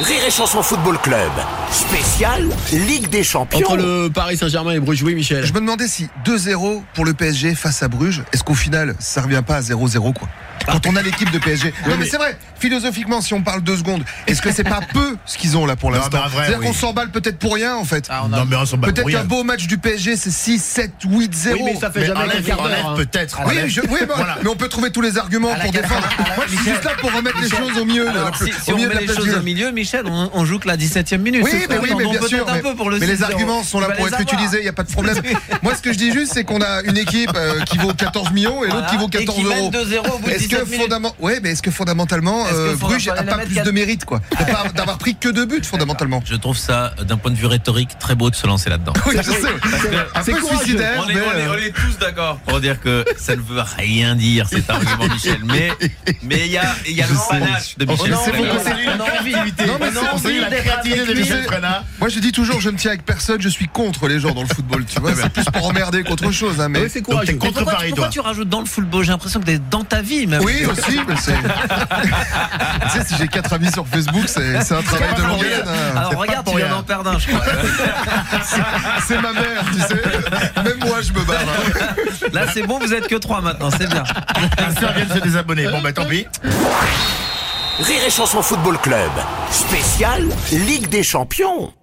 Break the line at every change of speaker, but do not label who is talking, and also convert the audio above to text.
Rire et Chanson Football Club, spécial Ligue des Champions.
Entre le Paris Saint-Germain et Bruges, oui, Michel.
Je me demandais si 2-0 pour le PSG face à Bruges, est-ce qu'au final, ça revient pas à 0-0 quoi quand on a l'équipe de PSG. Non, mais,
mais-
c'est vrai, philosophiquement, si on parle deux secondes, est-ce que c'est pas peu ce qu'ils ont là pour l'instant
bah, vrai,
C'est-à-dire
oui.
qu'on s'emballe peut-être pour rien en fait.
Non, mais on s'en bat
peut-être
pour
qu'un
rien.
beau match du PSG, c'est 6, 7, 8, 0.
Oui, mais ça fait
Mais
jamais
enlève-
qu'un quart d'heure,
enlève
hein.
peut-être.
Oui,
enlève.
je- oui, bah,
Voilà.
mais on peut trouver tous les arguments pour défendre. Moi, je suis juste là pour remettre les choses au milieu. là,
Alors,
le-
si, si
au
on
milieu
met
de la
les
place du
choses
jeu.
au milieu, Michel, on, on joue que la 17e minute.
Oui,
ce
mais
soir.
oui, mais
Attendons
bien sûr.
peut-être un
Mais,
peu pour le
mais les
6-0.
arguments sont là
Tu vas
pour
les
être
avoir.
utilisés, il n'y a pas de problème. Moi, ce que je dis juste, c'est qu'on a une équipe euh, qui vaut 14 millions et l'autre
Voilà.
qui vaut
Et
14
qui mène
euros.
2-0 au bout de
Est-ce que,
17 minutes.
fondament- ouais, mais est-ce que fondamentalement,
Est-ce que
euh,
faut
Bruges
pas
n'a
les
pas
mettre
plus de
quatre-
mérite quoi De pas- D'avoir pris que deux buts fondamentalement.
Je trouve ça, d'un point de vue rhétorique, très beau de se lancer là-dedans.
Oui, je sais. Un
c'est
peu
courageux.
Eh,
suicidaire.
On est,
mais,
on est-
euh,
on est tous d'accord pour dire que ça ne veut rien dire cet argument, Michel. Mais mais il y a, il y a le panache de Michel.
non, c'est
Frenat.
bon, c'est-
On a envie.
Non, mais
On a
c'est-
envie
c'est la
d'être
Créativité
avec
de
lui.
Michel Frenat.
Moi, je dis toujours, je ne tiens avec personne, je suis contre les gens dans le football, tu vois. C'est plus pour emmerder qu'autre chose, hein,
Ah
mais.
oui, c'est
Donc, t'es
courageux.
contre
Pourquoi,
Paris,
pourquoi
toi.
tu rajoutes dans le football J'ai l'impression que t'es dans ta vie même.
Oui, aussi, mais c'est. tu sais, si j'ai quatre amis sur Facebook, c'est c'est un travail de longue haleine. hein.
Alors regarde, tu viens d'en perdre un, je crois.
C'est ma mère, tu sais. Même moi, je me barre. hein.
Là, c'est bon, vous êtes que trois maintenant, c'est bien.
Ta sœur vient de se désabonner. Bon, bah tant pis.
Rire et Chanson Football Club, spécial Ligue des Champions.